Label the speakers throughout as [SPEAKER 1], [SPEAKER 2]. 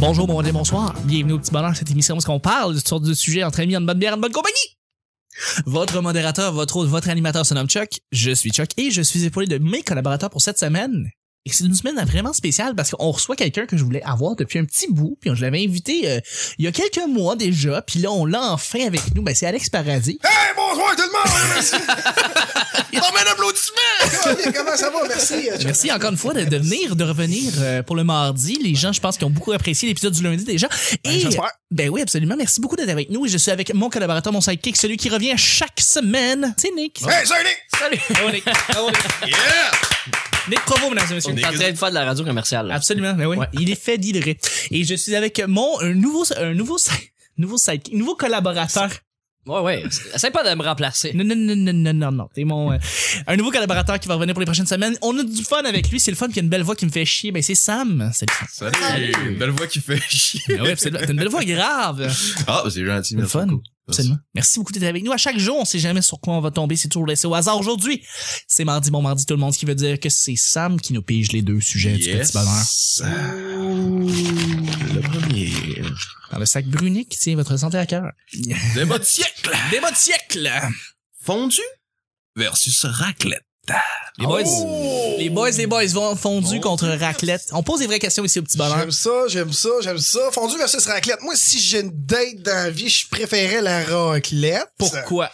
[SPEAKER 1] Bonjour, bon matin, bonsoir. Bienvenue au petit bonheur, cette émission où on parle de toutes sortes de sujets entre amis, en bonne bière, en bonne compagnie. Votre modérateur, votre hôte, votre animateur se nomme Chuck. Je suis Chuck et je suis épaulé de mes collaborateurs pour cette semaine. Et c'est une semaine vraiment spéciale parce qu'on reçoit quelqu'un que je voulais avoir depuis un petit bout, puis je l'avais invité euh, il y a quelques mois déjà, puis là on l'a enfin avec nous, ben c'est Alex Paradis.
[SPEAKER 2] Hey, bonsoir tout le monde!
[SPEAKER 3] Oh, un applaudissement!
[SPEAKER 2] Comment bien, comment ça va? Merci. euh,
[SPEAKER 1] Merci encore une fois de, de venir, de revenir euh, pour le mardi. Les gens, je pense, qui ont beaucoup apprécié l'épisode du lundi déjà. Et,
[SPEAKER 3] j'espère.
[SPEAKER 1] Ben oui, absolument. Merci beaucoup d'être avec nous. Et je suis avec mon collaborateur, mon sidekick, celui qui revient chaque semaine. C'est Nick.
[SPEAKER 2] Hey, salut!
[SPEAKER 1] Salut. Bravo, Nick. Bravo, Nick.
[SPEAKER 3] Yeah!
[SPEAKER 1] Oh, Nick Provo, mesdames et messieurs.
[SPEAKER 4] On Ah, est en train de faire de la radio commerciale. là.
[SPEAKER 1] Absolument. Ben oui. Il est fait d'hydrer. Et je suis avec mon un nouveau, un nouveau, si- nouveau sidekick, nouveau collaborateur.
[SPEAKER 4] Ouais, ouais. C'est c'est pas de me remplacer.
[SPEAKER 1] Non, non, non, non, non, non, non. T'es mon. euh, un nouveau collaborateur qui va revenir pour les prochaines semaines. On a du fun avec lui. C'est le fun. Puis il y a une belle voix qui me fait chier. Ben c'est Sam. Salut, Sam.
[SPEAKER 3] Salut! Une belle voix qui fait chier.
[SPEAKER 1] Ben oui, absolument. T'as une belle voix grave.
[SPEAKER 3] Ah, bah, c'est gentil,
[SPEAKER 1] C'est le
[SPEAKER 3] merci
[SPEAKER 1] fun.
[SPEAKER 3] beaucoup. Merci.
[SPEAKER 1] Absolument. Merci beaucoup d'être avec nous. À chaque jour, on sait jamais sur quoi on va tomber. C'est toujours laissé au hasard. Aujourd'hui, c'est mardi, bon mardi, tout le monde. Ce qui veut dire que c'est Sam qui nous pige les deux sujets du petit
[SPEAKER 3] Yes.
[SPEAKER 1] bonheur.
[SPEAKER 3] Ah, Le premier.
[SPEAKER 1] Dans le sac brunique, qui tient votre santé à cœur.
[SPEAKER 3] Débat de siècle!
[SPEAKER 1] Débat de siècle!
[SPEAKER 3] Fondu versus raclette.
[SPEAKER 1] Les boys,
[SPEAKER 2] Oh!
[SPEAKER 1] les boys, les boys vont fondus contre raclette. On pose des vraies questions ici au petit bonheur.
[SPEAKER 2] J'aime ça, j'aime ça, j'aime ça. Fondue versus raclette. Moi, si j'ai une date dans la vie, je préférais la raclette.
[SPEAKER 1] Pourquoi?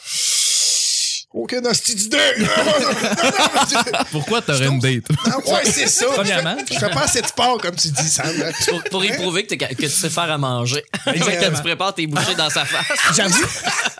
[SPEAKER 2] Aucune hostie d'idée. Non, non, non, non.
[SPEAKER 3] Pourquoi t'aurais une date?
[SPEAKER 2] Ah, ouais, c'est ça.
[SPEAKER 1] Premièrement.
[SPEAKER 2] Je fais pas assez de sport, comme tu dis, Sam.
[SPEAKER 4] Pour, pour y prouver que, t'es ca- que tu sais faire à manger. Exactement. tu prépares tes bouchées dans sa face.
[SPEAKER 1] J'avoue.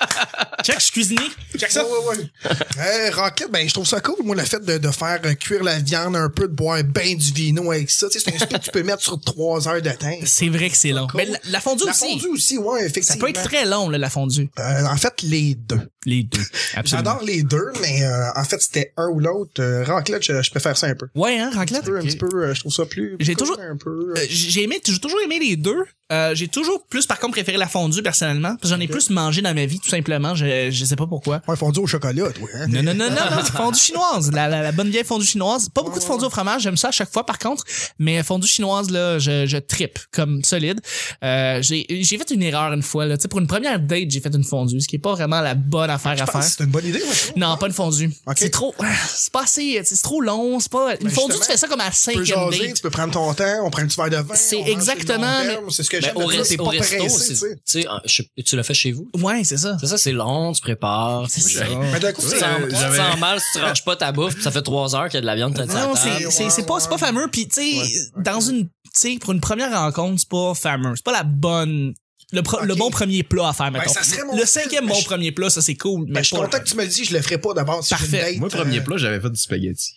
[SPEAKER 1] Check, je suis cuisinier. Check ça.
[SPEAKER 2] Ouais, ouais, ouais. Euh, raclette, ben, je trouve ça cool, moi, le fait de, de faire euh, cuire la viande un peu, de boire ben du vino avec ça. Tu sais, c'est un split que tu peux mettre sur trois heures de temps.
[SPEAKER 1] C'est vrai que c'est long.
[SPEAKER 2] Cool.
[SPEAKER 1] Mais la, la fondue
[SPEAKER 2] La
[SPEAKER 1] aussi.
[SPEAKER 2] fondue aussi, ouais,
[SPEAKER 1] Ça
[SPEAKER 2] effectivement.
[SPEAKER 1] peut être très long, là, la fondue.
[SPEAKER 2] Euh, en fait, les deux.
[SPEAKER 1] Les deux. Absolument.
[SPEAKER 2] J'adore les deux, mais euh, en fait, c'était un ou l'autre. Euh, raclette, je, je préfère ça un peu.
[SPEAKER 1] Ouais, hein,
[SPEAKER 2] Un
[SPEAKER 1] raclette?
[SPEAKER 2] peu, un petit peu, euh, je trouve ça plus.
[SPEAKER 1] J'ai
[SPEAKER 2] plus
[SPEAKER 1] toujours-
[SPEAKER 2] cool, Un peu.
[SPEAKER 1] Euh, j'ai aimé j'ai toujours aimé les deux Euh, j'ai toujours plus par contre préféré la fondue personnellement parce que j'en ai plus mangé dans ma vie tout simplement je, je sais pas pourquoi
[SPEAKER 2] Ouais, fondu au chocolat, toi. Hein?
[SPEAKER 1] non non non non, non, fondue chinoise la, la, la bonne vieille fondue chinoise pas beaucoup de fondue au fromage j'aime ça à chaque fois par contre mais fondue chinoise là je, je trippe comme solide Euh, j'ai j'ai fait une erreur une fois là tu sais pour une première date j'ai fait une fondue ce qui est pas vraiment la bonne affaire à
[SPEAKER 2] Je pense que
[SPEAKER 1] faire
[SPEAKER 2] C'est une bonne idée, moi. je trouve.
[SPEAKER 1] non, pas une fondue.
[SPEAKER 2] Ok. Ben,
[SPEAKER 1] C'est trop, c'est pas assez, c'est trop long, c'est pas, une fondue, tu
[SPEAKER 2] justement,
[SPEAKER 1] fais ça comme à la
[SPEAKER 2] Tu peux
[SPEAKER 1] cinquième
[SPEAKER 2] jaser,
[SPEAKER 1] date.
[SPEAKER 2] tu peux prendre ton temps, on prend un petit verre de vin.
[SPEAKER 1] C'est
[SPEAKER 2] on mange sur le
[SPEAKER 1] exactement, Ben,
[SPEAKER 2] long
[SPEAKER 1] mais-
[SPEAKER 2] terme, C'est ce que
[SPEAKER 4] Mais
[SPEAKER 2] j'aime
[SPEAKER 4] au,
[SPEAKER 2] de ça,
[SPEAKER 4] reste-
[SPEAKER 2] c'est
[SPEAKER 4] au
[SPEAKER 2] pas
[SPEAKER 4] resto,
[SPEAKER 2] pressé,
[SPEAKER 4] c'est-
[SPEAKER 2] tu sais.
[SPEAKER 4] tu sais, un- je- tu l'as fait chez vous.
[SPEAKER 1] Ouais, c'est ça.
[SPEAKER 4] C'est ça, c'est long, tu prépares.
[SPEAKER 1] C'est
[SPEAKER 4] Tu
[SPEAKER 1] ça.
[SPEAKER 2] Mais d'un coup,
[SPEAKER 4] te
[SPEAKER 2] c'est.
[SPEAKER 4] sens-
[SPEAKER 2] euh,
[SPEAKER 4] tu te
[SPEAKER 2] ouais,
[SPEAKER 4] sens mal si tu ranges pas ta bouffe, puis ça fait trois heures qu'il y a de la viande t'as
[SPEAKER 1] Non,
[SPEAKER 4] table.
[SPEAKER 1] c'est
[SPEAKER 2] ouais,
[SPEAKER 1] c'est- c'est pas, c'est pas
[SPEAKER 2] ouais.
[SPEAKER 1] fameux. Puis, tu sais,
[SPEAKER 2] Ouais,
[SPEAKER 1] dans une. Tu sais, pour une première rencontre, c'est pas fameux. C'est pas la bonne. Le, pro-
[SPEAKER 2] Ok. Ben,
[SPEAKER 1] le bon premier plat à faire, mettons.
[SPEAKER 2] ça serait mon-
[SPEAKER 1] le cinquième
[SPEAKER 2] Ben,
[SPEAKER 1] bon
[SPEAKER 2] je-
[SPEAKER 1] premier plat, ça, c'est cool. Mais
[SPEAKER 2] ben, je suis
[SPEAKER 1] pas-
[SPEAKER 2] content que tu me le dis, je le ferai pas d'abord si j'ai une
[SPEAKER 1] Parfait.
[SPEAKER 2] date,
[SPEAKER 5] Moi,
[SPEAKER 2] euh,
[SPEAKER 5] premier plat, j'avais fait du spaghetti.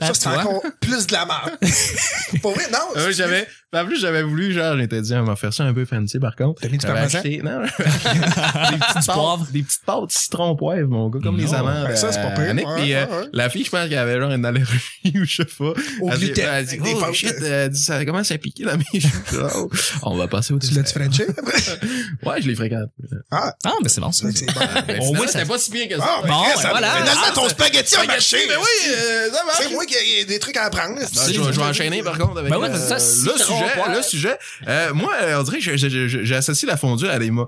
[SPEAKER 1] Ben,
[SPEAKER 2] Ça,
[SPEAKER 1] tu
[SPEAKER 2] c'est
[SPEAKER 1] vois.
[SPEAKER 2] encore plus de la merde. Pour vrai, non.
[SPEAKER 3] Ah,
[SPEAKER 5] Euh, j'avais, en plus, j'avais voulu, genre, j'étais dit, on va faire ça un peu fancy, par contre.
[SPEAKER 2] T'as mis du
[SPEAKER 5] J'avais
[SPEAKER 2] parmesan?
[SPEAKER 5] acheté- non, des petites
[SPEAKER 1] poivre.
[SPEAKER 5] pâtes, des petites pâtes citron-poivre, mon gars, comme les amandes.
[SPEAKER 2] Ben, ça, c'est pas pire.
[SPEAKER 5] euh, Nick,
[SPEAKER 2] Ouais,
[SPEAKER 5] puis, euh,
[SPEAKER 2] ouais, ouais.
[SPEAKER 5] La fille, je pense qu'elle avait genre une allergie ou je sais pas.
[SPEAKER 2] Au
[SPEAKER 5] elle, dit-
[SPEAKER 2] gluten,
[SPEAKER 5] elle dit,
[SPEAKER 2] avec des
[SPEAKER 5] oh
[SPEAKER 2] pâtes.
[SPEAKER 5] shit, elle dit, ça commence à piquer dans mes joues. Oh, on va passer au
[SPEAKER 2] Tu l'as-tu
[SPEAKER 5] dessert.
[SPEAKER 2] Frenché?
[SPEAKER 5] Ouais, je l'ai fréquente.
[SPEAKER 1] Ah, ben, c'est bon, ça.
[SPEAKER 2] C'est bon.
[SPEAKER 5] Mais
[SPEAKER 1] Au
[SPEAKER 5] finalement,
[SPEAKER 1] moins, ça-
[SPEAKER 5] c'était pas si bien que ça.
[SPEAKER 2] Ah, ben,
[SPEAKER 1] Bon,
[SPEAKER 2] Chris,
[SPEAKER 1] ben,
[SPEAKER 2] ça-
[SPEAKER 1] voilà.
[SPEAKER 2] Finalement,
[SPEAKER 1] Ah,
[SPEAKER 2] ton spaghetti a marché.
[SPEAKER 5] Mais oui, euh, ça marche.
[SPEAKER 2] C'est moi qui ai des trucs à apprendre.
[SPEAKER 5] Ben, je, vais- je vais enchaîner par contre avec
[SPEAKER 4] Ben ouais,
[SPEAKER 5] euh,
[SPEAKER 4] parce que ça,
[SPEAKER 5] le
[SPEAKER 4] citron,
[SPEAKER 5] sujet.
[SPEAKER 4] poivre.
[SPEAKER 5] Le sujet. Euh, moi, euh, on dirait que je- je- je- je- j'associe la fondue à des mots.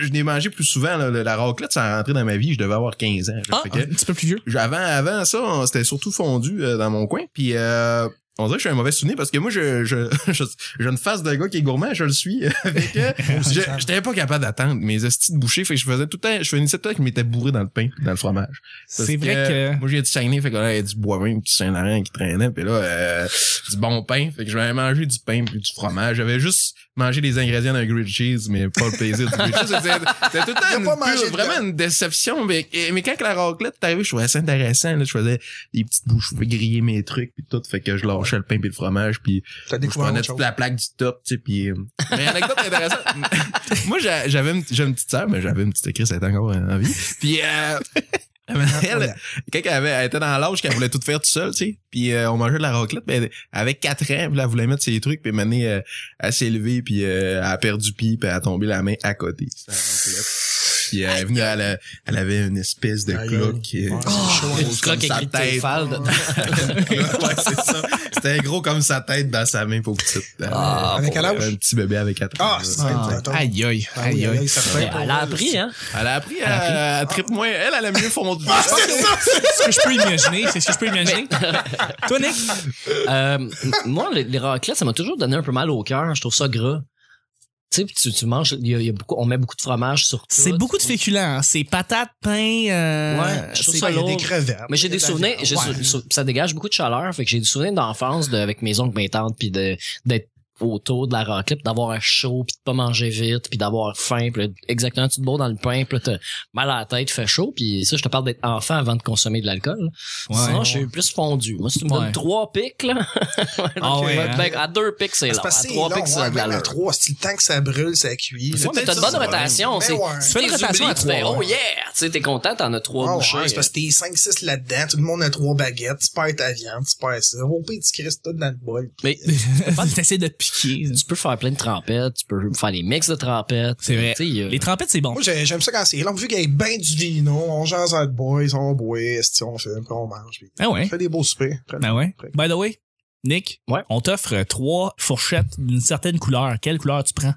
[SPEAKER 5] Je l'ai mangé plus souvent. là, le- la raclette, ça a rentré dans ma vie. Je devais avoir 15 ans.
[SPEAKER 1] Ah,
[SPEAKER 5] Fait que,
[SPEAKER 1] un petit peu plus vieux.
[SPEAKER 5] j- avant, avant ça, on- c'était surtout fondu euh, dans mon coin. Puis euh, on dirait que je suis un mauvais souvenir parce que moi, je, je, je- j'ai une face de gars qui est gourmand. Je le suis. Fait que, je- J'étais pas capable d'attendre mes hosties de bouchées. Fait que je faisais tout le temps. Je finissais tout le temps que je m'étais bourré dans le pain, dans le fromage. Parce
[SPEAKER 1] C'est vrai que.
[SPEAKER 5] Moi, j'ai du Saguenay, fait que là, il y a du bois vin, du Saint-Laurent qui traînait, puis là, euh, du bon pain. Fait que j'avais mangé du pain puis du fromage. J'avais juste mangé les ingrédients d'un grilled cheese, mais pas le plaisir du grilled cheese. C'était c'était tout le
[SPEAKER 2] Il a
[SPEAKER 5] temps une
[SPEAKER 2] pas
[SPEAKER 5] pure-
[SPEAKER 2] mangé de
[SPEAKER 5] vraiment une déception. Mais, et- mais quand que la raclette est arrivée, je trouvais ça intéressant. Là, je faisais des petites bouches, je pouvais griller mes trucs puis tout. Fait que je lâchais le pain puis le fromage puis
[SPEAKER 2] T'as
[SPEAKER 5] je
[SPEAKER 2] découvert
[SPEAKER 5] prenais
[SPEAKER 2] autre
[SPEAKER 5] toute
[SPEAKER 2] chose.
[SPEAKER 5] la plaque du top, tu sais, puis... euh, Mais anecdote intéressante. Moi, j'a- j'avais une, j'ai une petite sœur, mais j'avais une petite Chris, elle était encore en en vie. Puis, euh,
[SPEAKER 2] Ah,
[SPEAKER 5] elle, quand elle, avait, elle était dans l'âge qu'elle voulait tout faire tout seul, tu sais, puis euh, on mangeait de la raclette, mais elle avait 4 ans, puis là, elle voulait mettre ses trucs, puis maintenant, euh, elle s'est levée, puis euh, elle a perdu pied, puis elle a tombé la main à côté. sur la raclette. Puis elle est venue, elle, a- elle avait une espèce de
[SPEAKER 2] Aïe,
[SPEAKER 5] cloque. euh, qui
[SPEAKER 2] Ouais,
[SPEAKER 1] Oh,
[SPEAKER 2] c'est chaud.
[SPEAKER 1] une croque
[SPEAKER 5] sa
[SPEAKER 1] avec
[SPEAKER 5] tête.
[SPEAKER 1] tes faldes.
[SPEAKER 5] ouais, c'est ça. C'était gros comme sa tête dans sa main pour petite.
[SPEAKER 1] Ah,
[SPEAKER 5] Elle
[SPEAKER 2] avec
[SPEAKER 5] avait
[SPEAKER 2] quel âge?
[SPEAKER 5] un petit bébé avec quatre
[SPEAKER 2] Ah,
[SPEAKER 5] ans,
[SPEAKER 2] c'est
[SPEAKER 5] là.
[SPEAKER 2] ça.
[SPEAKER 1] Ah, Aïe, aïe,
[SPEAKER 2] Ah oui,
[SPEAKER 1] aïe, aïe.
[SPEAKER 2] aïe, ça fait
[SPEAKER 4] Elle
[SPEAKER 2] pas
[SPEAKER 4] a
[SPEAKER 2] mal,
[SPEAKER 4] appris,
[SPEAKER 2] ça.
[SPEAKER 4] hein?
[SPEAKER 5] Elle a appris à, à trip moins. Elle, elle a mieux fondu.
[SPEAKER 2] Ah, c'est ça!
[SPEAKER 1] C'est ce que je peux imaginer. C'est ce que je peux imaginer. Toi, Nick?
[SPEAKER 4] Euh, m- moi, les, les raclettes, ça m'a toujours donné un peu mal au cœur. Je trouve ça gras. Tu sais, puis tu, tu manges, il y a- il y a beaucoup, on met beaucoup de fromage sur tout.
[SPEAKER 1] C'est beaucoup de féculents. hein. C'est patates, pain, euh,
[SPEAKER 4] Ouais, je trouve
[SPEAKER 1] c'est-
[SPEAKER 4] ça
[SPEAKER 2] Ah, Il y a des
[SPEAKER 4] lourd.
[SPEAKER 2] crevettes.
[SPEAKER 4] Mais j'ai des
[SPEAKER 2] Il y a de la
[SPEAKER 4] souvenirs, j'ai
[SPEAKER 2] viande.
[SPEAKER 4] sou- sou- ça dégage beaucoup de chaleur, fait que j'ai des souvenirs d'enfance de, avec mes oncles, mes tantes, puis de- d'être autour de la raclette, puis d'avoir chaud, puis de pas manger vite, puis d'avoir faim, puis là, exactement, tu te bourres dans le pain, puis là, t'as mal à la tête, fait chaud, puis ça, je te parle d'être enfant avant de consommer de l'alcool.
[SPEAKER 1] Ouais.
[SPEAKER 4] Sinon, je suis plus fondu. Moi, si tu me
[SPEAKER 1] Ouais.
[SPEAKER 4] donnes trois pics, là,
[SPEAKER 1] Ah ouais,
[SPEAKER 4] ben,
[SPEAKER 1] hein?
[SPEAKER 4] ben, à deux pics, c'est
[SPEAKER 2] Ah, C'est
[SPEAKER 4] long. À
[SPEAKER 2] parce que c'est
[SPEAKER 4] trois
[SPEAKER 2] long,
[SPEAKER 4] pics,
[SPEAKER 2] ouais,
[SPEAKER 4] c'est de la
[SPEAKER 2] même à
[SPEAKER 4] l'allure.
[SPEAKER 2] trois, si le temps que ça brûle, ça cuit.
[SPEAKER 4] Ouais, mais t'as
[SPEAKER 5] ça,
[SPEAKER 4] une bonne
[SPEAKER 5] ça,
[SPEAKER 4] rotation.
[SPEAKER 2] Ben
[SPEAKER 4] c'est-
[SPEAKER 2] ouais.
[SPEAKER 4] Tu
[SPEAKER 1] Tu fais
[SPEAKER 4] fais
[SPEAKER 1] une rotation à
[SPEAKER 4] tu
[SPEAKER 1] trois,
[SPEAKER 4] fais, oh
[SPEAKER 1] ouais.
[SPEAKER 4] yeah! Tu sais, t'es content, t'en as trois
[SPEAKER 2] Ah
[SPEAKER 4] bouchées.
[SPEAKER 2] ouais, c'est parce que t'es 5-6 là-dedans, tout le monde a trois baguettes, tu perds ta viande, tu perds ça. Au pire, tu crisses tout dans le bol.
[SPEAKER 4] Mais-
[SPEAKER 1] T'essaies de piquer.
[SPEAKER 4] Tu peux faire plein de trempettes, tu peux faire des mix de trempettes.
[SPEAKER 1] C'est vrai.
[SPEAKER 4] Tu sais, euh,
[SPEAKER 1] Les trempettes, c'est bon.
[SPEAKER 2] Moi, j'ai- j'aime ça quand c'est long. Vu qu'il y a ben du vino, on jase à boys, on boit, esti, on filme, puis on mange. Puis
[SPEAKER 1] Ah
[SPEAKER 2] on
[SPEAKER 1] ouais.
[SPEAKER 2] fait des beaux soupers. Après,
[SPEAKER 1] Ben ouais. By the way, Nick,
[SPEAKER 4] Ouais.
[SPEAKER 1] on t'offre euh, trois fourchettes d'une certaine couleur. Quelle couleur tu prends?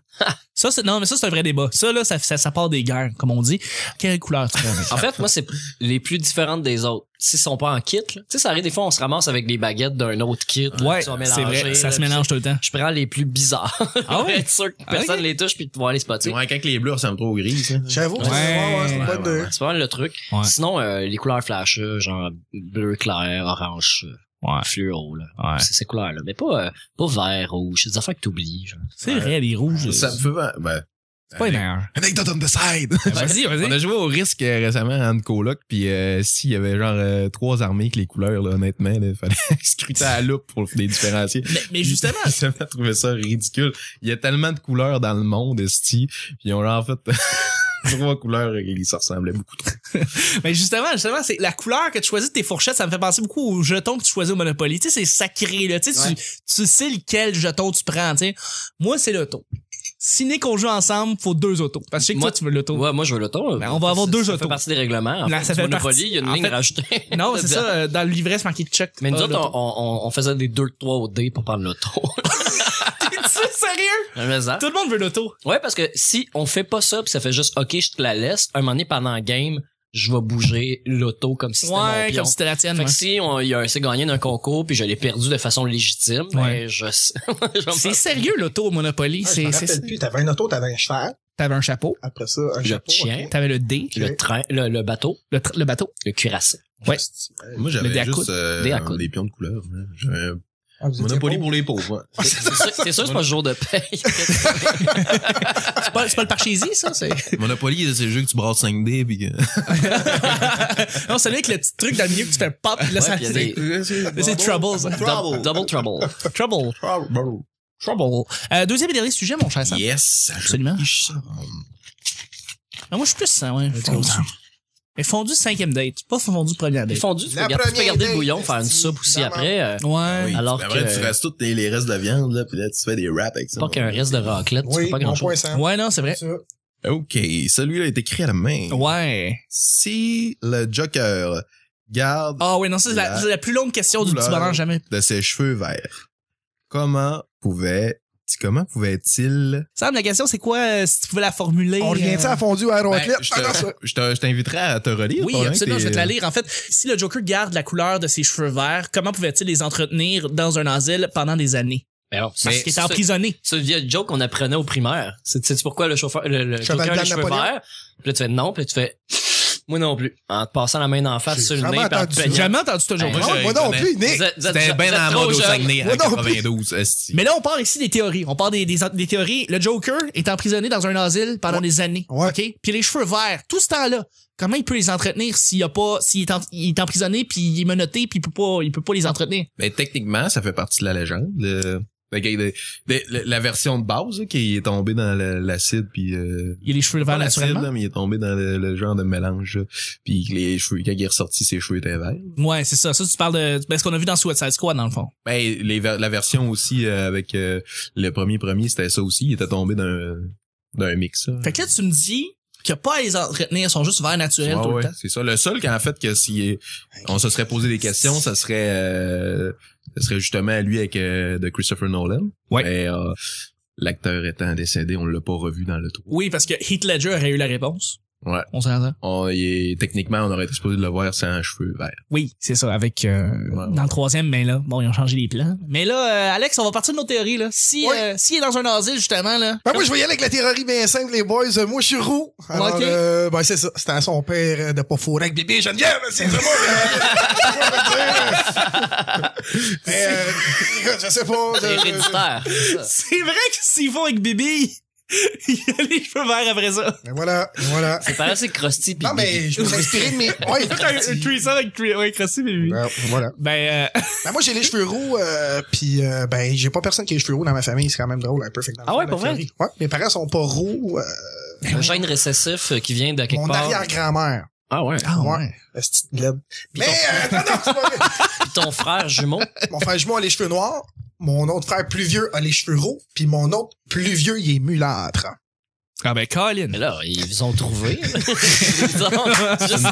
[SPEAKER 1] ça, c'est, non, mais ça, c'est un vrai débat. Ça, là, ça, ça, ça part des guerres, comme on dit. Quelle couleur tu prends? Nick?
[SPEAKER 4] En fait, moi, c'est les plus différentes des autres. S'ils sont pas en kit, là, tu sais, ça arrive des fois, on se ramasse avec des baguettes d'un autre kit. là,
[SPEAKER 1] ouais,
[SPEAKER 4] qui sont
[SPEAKER 1] c'est
[SPEAKER 4] mélangées,
[SPEAKER 1] vrai.
[SPEAKER 4] là,
[SPEAKER 1] Ça se
[SPEAKER 4] puis
[SPEAKER 1] mélange tout le temps.
[SPEAKER 4] Je prends les plus bizarres.
[SPEAKER 1] Ah
[SPEAKER 4] Pour
[SPEAKER 1] ouais?
[SPEAKER 4] être sûr que personne
[SPEAKER 1] Ok.
[SPEAKER 4] les touche puis de pouvoir les spotter.
[SPEAKER 5] Ouais, quand les bleus ressemblent trop aux grises. hein.
[SPEAKER 2] J'avoue, que
[SPEAKER 1] Ouais.
[SPEAKER 2] c'est une bonne
[SPEAKER 5] Ouais,
[SPEAKER 2] Ah,
[SPEAKER 5] ouais,
[SPEAKER 2] deux.
[SPEAKER 5] ouais.
[SPEAKER 4] C'est pas mal le truc.
[SPEAKER 1] Ouais.
[SPEAKER 4] Sinon, euh, les couleurs flash, euh, genre bleu clair, orange, euh,
[SPEAKER 1] Ouais.
[SPEAKER 4] fluo, là.
[SPEAKER 1] Ouais.
[SPEAKER 4] C'est ces couleurs-là. Mais pas, euh, pas vert, rouge. C'est des affaires que t'oublies. genre.
[SPEAKER 1] C'est vrai, les rouges.
[SPEAKER 5] Ça me
[SPEAKER 1] c'est
[SPEAKER 5] fait pas- ben,
[SPEAKER 1] pas une erreur.
[SPEAKER 5] Anecdote on the side.
[SPEAKER 1] Vas-y,
[SPEAKER 5] On
[SPEAKER 1] vas-y.
[SPEAKER 5] a joué au risque euh, récemment entre coloc, puis euh, s'il y avait genre euh, trois armées que les couleurs, là, honnêtement, il fallait scruter à la loupe pour les différencier.
[SPEAKER 1] Mais, mais justement,
[SPEAKER 5] J'ai jamais trouvé ça ridicule. Il y a tellement de couleurs dans le monde, esti, puis ils ont genre fait trois couleurs et ils se ressemblaient beaucoup trop.
[SPEAKER 1] mais justement, justement, c'est la couleur que tu choisis de tes fourchettes, ça me fait penser beaucoup aux jetons que tu choisis au Monopoly. Tu sais, c'est sacré, là. Tu sais, tu- tu sais lequel jeton tu prends, tu sais. Moi, c'est l'auto. Si Nick, on joue ensemble, faut deux autos. Parce que je sais que
[SPEAKER 4] Moi-
[SPEAKER 1] toi, tu veux l'auto.
[SPEAKER 4] Ouais, moi, je veux l'auto.
[SPEAKER 1] Ben, on va avoir
[SPEAKER 4] Ça-
[SPEAKER 1] deux
[SPEAKER 4] ça
[SPEAKER 1] autos.
[SPEAKER 4] fait partie des règlements. En
[SPEAKER 1] Là,
[SPEAKER 4] fait,
[SPEAKER 1] ça
[SPEAKER 4] du
[SPEAKER 1] fait
[SPEAKER 4] Monopoly,
[SPEAKER 1] partie-
[SPEAKER 4] il y a une
[SPEAKER 1] en
[SPEAKER 4] ligne
[SPEAKER 1] fait-
[SPEAKER 4] rajoutée.
[SPEAKER 1] Non, c'est ça, euh, dans le livret, c'est marqué check.
[SPEAKER 4] Mais nous
[SPEAKER 1] pas
[SPEAKER 4] autres,
[SPEAKER 1] l'auto.
[SPEAKER 4] on, on- on faisait des 2 3 au dé pour prendre l'auto.
[SPEAKER 1] C'est sérieux?
[SPEAKER 4] Mais ça.
[SPEAKER 1] Tout le monde veut l'auto.
[SPEAKER 4] ouais, parce que si on fait pas ça, puis ça fait juste OK, je te la laisse, un moment donné pendant la game, je vais bouger l'auto comme si c'était mon
[SPEAKER 1] Ouais,
[SPEAKER 4] pion.
[SPEAKER 1] comme si c'était la tienne.
[SPEAKER 4] Fait
[SPEAKER 1] ouais.
[SPEAKER 4] que si on- il y a un c'est gagné d'un concours puis je l'ai perdu de façon légitime,
[SPEAKER 1] Ouais.
[SPEAKER 4] ben je, je vais
[SPEAKER 1] C'est
[SPEAKER 4] me-
[SPEAKER 1] sérieux, l'auto au Monopoly.
[SPEAKER 2] Ah, je
[SPEAKER 1] c'est
[SPEAKER 2] me
[SPEAKER 1] c'est-
[SPEAKER 2] rappelle plus, t'avais un auto, t'avais un cheval,
[SPEAKER 1] T'avais un chapeau,
[SPEAKER 2] après ça, un
[SPEAKER 4] le
[SPEAKER 2] chapeau.
[SPEAKER 4] chien,
[SPEAKER 1] t'avais le dé,
[SPEAKER 4] le train, le, le bateau,
[SPEAKER 1] le, tr- le bateau.
[SPEAKER 4] le cuirassé.
[SPEAKER 1] Ouais.
[SPEAKER 5] Moi,
[SPEAKER 1] Le dé à
[SPEAKER 5] j'avais
[SPEAKER 1] coude.
[SPEAKER 5] juste euh,
[SPEAKER 4] Dé à coude.
[SPEAKER 5] des pions de couleurs. hein. J'avais un
[SPEAKER 2] Ah, vous étiez
[SPEAKER 5] Monopoly
[SPEAKER 2] pauvres.
[SPEAKER 5] pour les pauvres. ouais.
[SPEAKER 4] C'est c'est sûr c'est sûr que c'est pas le jour de paye.
[SPEAKER 1] C'est pas, c'est pas le parchésie, ça? C'est...
[SPEAKER 5] Monopoly, c'est le jeu que tu brasses 5D, puis que...
[SPEAKER 1] non, c'est avec le petit truc dans le milieu que tu fais pop, puis là,
[SPEAKER 4] Ouais,
[SPEAKER 1] ça-
[SPEAKER 4] puis il y a
[SPEAKER 1] c'est-
[SPEAKER 4] des-
[SPEAKER 1] C'est Troubles. hein.
[SPEAKER 4] Double, double trouble.
[SPEAKER 1] Trouble. Trouble. Euh, deuxième et dernier sujet, mon cher Sam.
[SPEAKER 5] Yes!
[SPEAKER 1] Absolument.
[SPEAKER 5] Je sors.
[SPEAKER 1] Ah, moi, je suis plus ça, ouais. Fondu. Mais fondu cinquième date, pas fondu première
[SPEAKER 4] Les
[SPEAKER 1] date.
[SPEAKER 4] fondus, tu peux
[SPEAKER 2] La
[SPEAKER 4] garder, tu peux
[SPEAKER 2] première
[SPEAKER 4] garder le
[SPEAKER 2] idée,
[SPEAKER 4] bouillon, faire une
[SPEAKER 2] esti,
[SPEAKER 4] soupe aussi
[SPEAKER 2] vraiment.
[SPEAKER 4] après. euh,
[SPEAKER 1] Ouais.
[SPEAKER 5] Oui,
[SPEAKER 4] Alors
[SPEAKER 5] après,
[SPEAKER 4] que-
[SPEAKER 5] tu restes tous les, les restes de la viande, là, puis là, tu fais des wraps avec ça.
[SPEAKER 4] pas qu'un reste de raclette, tu
[SPEAKER 2] Oui,
[SPEAKER 4] fais pas
[SPEAKER 2] mon
[SPEAKER 4] grand
[SPEAKER 2] point
[SPEAKER 4] chose.
[SPEAKER 2] cent.
[SPEAKER 1] Ouais, non, c'est vrai.
[SPEAKER 2] Ça.
[SPEAKER 5] OK, celui-là est écrit à la main.
[SPEAKER 1] Ouais.
[SPEAKER 5] Si le Joker garde
[SPEAKER 1] Ah, ouais, non, ça, c'est la,
[SPEAKER 5] La-
[SPEAKER 1] c'est la plus longue question du
[SPEAKER 5] Oula.
[SPEAKER 1] petit bonheur jamais.
[SPEAKER 5] de ses cheveux verts, comment pouvait comment pouvait-il
[SPEAKER 1] Sam, la question, c'est quoi, euh, si tu pouvais la formuler?
[SPEAKER 2] On revient
[SPEAKER 1] euh,
[SPEAKER 2] ça à fondu à la
[SPEAKER 5] Ben,
[SPEAKER 2] raclette?
[SPEAKER 5] je
[SPEAKER 2] Ah, non,
[SPEAKER 5] te-
[SPEAKER 2] ça-
[SPEAKER 5] je te- je t'inviterai à te relire.
[SPEAKER 1] Oui,
[SPEAKER 5] pendant que
[SPEAKER 1] absolument,
[SPEAKER 5] t'es-
[SPEAKER 1] je vais te la lire. En fait, si le Joker garde la couleur de ses cheveux verts, comment pouvait-il les entretenir dans un asile pendant des années?
[SPEAKER 4] Mais non,
[SPEAKER 1] Parce qu'il était emprisonné.
[SPEAKER 4] C'est une vieille joke qu'on apprenait au primaire. C'est c'est pourquoi le chauffeur, le, le
[SPEAKER 2] Cheval
[SPEAKER 4] joker a
[SPEAKER 2] blanc
[SPEAKER 4] les cheveux
[SPEAKER 2] Napoléon.
[SPEAKER 4] verts. Puis là, tu fais non, puis là, tu fais moi non plus. En te passant la main en face
[SPEAKER 2] J'ai
[SPEAKER 4] sur le
[SPEAKER 2] jamais
[SPEAKER 4] nez, puis en te
[SPEAKER 2] entendu ça.
[SPEAKER 1] J'ai
[SPEAKER 4] peignant.
[SPEAKER 1] jamais entendu ce joke
[SPEAKER 4] Ben,
[SPEAKER 2] Ah,
[SPEAKER 5] je
[SPEAKER 2] Moi non
[SPEAKER 5] connais.
[SPEAKER 2] plus, Nick.
[SPEAKER 4] Vous êtes- vous êtes-
[SPEAKER 5] C'était
[SPEAKER 4] vous êtes
[SPEAKER 5] bien en
[SPEAKER 4] trop
[SPEAKER 5] mode au
[SPEAKER 4] jeune.
[SPEAKER 5] Saguenay en
[SPEAKER 2] Moi non plus.
[SPEAKER 5] 92. esti.
[SPEAKER 1] Mais là, on part ici des théories. On part des, des, des théories. Le Joker est emprisonné dans un asile pendant des années.
[SPEAKER 2] Ouais.
[SPEAKER 1] OK? Puis les cheveux verts, tout ce temps-là, comment il peut les entretenir s'il a pas, s'il est, en- il est emprisonné puis il est menotté puis il peut pas, il peut pas les entretenir?
[SPEAKER 5] Mais techniquement, ça fait partie de la légende. le- le gars, le- le- le- la version de base là, qui est tombée dans le- l'acide puis euh,
[SPEAKER 1] Il a les cheveux
[SPEAKER 5] pas
[SPEAKER 1] verts
[SPEAKER 5] l'acide
[SPEAKER 1] naturellement?
[SPEAKER 5] là, mais il est tombé dans le, le genre de mélange là. puis les cheveux quand il est ressorti ses cheveux étaient verts.
[SPEAKER 1] Ouais, c'est ça. Ça, tu parles de, ben, ce qu'on a vu dans Suicide Squad, dans le fond.
[SPEAKER 5] Ben les ver- la version aussi euh, avec euh, le premier premier c'était ça aussi, il était tombé d'un d'un mix. là.
[SPEAKER 1] Fait que là, tu me dis qui a pas à les entretenir, sont juste verts naturels
[SPEAKER 3] Ouais,
[SPEAKER 1] tout
[SPEAKER 3] ouais,
[SPEAKER 1] le temps.
[SPEAKER 3] C'est ça. Le seul qu'en fait que si on se serait posé des questions, ça serait euh, ça serait justement lui avec euh, de Christopher Nolan.
[SPEAKER 1] Ouais.
[SPEAKER 3] Mais euh, l'acteur étant décédé, on l'a pas revu dans le trou.
[SPEAKER 1] Oui, parce que Heath Ledger aurait eu la réponse.
[SPEAKER 3] Ouais.
[SPEAKER 1] On s'entend.
[SPEAKER 3] On, il est- techniquement, on aurait été supposé de le voir sans cheveux verts.
[SPEAKER 1] Oui, c'est ça, avec euh,
[SPEAKER 3] Ouais, ouais.
[SPEAKER 1] dans le troisième, mais là, bon, ils ont changé les plans. Mais là, euh, Alex, on va partir de nos théories, là. Si,
[SPEAKER 2] Ouais.
[SPEAKER 1] euh, s'il est dans un asile, justement, là.
[SPEAKER 2] Ben, moi, je vais y aller avec la théorie bien simple, les boys. Euh, Moi, je suis roux. Alors,
[SPEAKER 1] Ok.
[SPEAKER 2] euh, ben, c'est ça. C'était à son père euh, de pas fourrer avec bébé Geneviève. C'est vraiment... euh, je sais pas.
[SPEAKER 4] C'est
[SPEAKER 2] je-
[SPEAKER 4] héréditaire.
[SPEAKER 1] C'est vrai que s'ils vont avec Bibi, il a les cheveux verts après ça.
[SPEAKER 2] Mais voilà, voilà.
[SPEAKER 4] C'est pareil, c'est Krusty pis
[SPEAKER 2] Non, mais je me suis inspiré de mes... Ouais,
[SPEAKER 1] threesome avec Cre- ouais, Krusty et Bibi.
[SPEAKER 2] Ben, voilà.
[SPEAKER 1] Ben, euh,
[SPEAKER 2] Ben, moi, j'ai les cheveux roux, euh, puis euh, ben, j'ai pas personne qui a les cheveux roux dans ma famille. C'est quand même drôle, un peu. Fait que dans le
[SPEAKER 4] Ah
[SPEAKER 2] fond,
[SPEAKER 4] ouais,
[SPEAKER 2] la
[SPEAKER 4] pour vrai?
[SPEAKER 2] théorie- Ouais, mes parents sont pas roux. euh,
[SPEAKER 4] un gène récessif euh, qui vient de quelque
[SPEAKER 2] mon
[SPEAKER 4] part.
[SPEAKER 2] arrière-grand-mère.
[SPEAKER 4] Ah ouais.
[SPEAKER 1] ah
[SPEAKER 2] ouais.
[SPEAKER 1] ouais.
[SPEAKER 2] la petite laide. Mais, euh, non, non, c'est pas vrai.
[SPEAKER 4] Pis ton frère jumeau.
[SPEAKER 2] Mon frère jumeau a les cheveux noirs, mon autre frère plus vieux a les cheveux roux, puis mon autre plus vieux, il est mulâtre.
[SPEAKER 1] Ah ben, Colin.
[SPEAKER 4] Mais là, ils ont trouvé. ils ont juste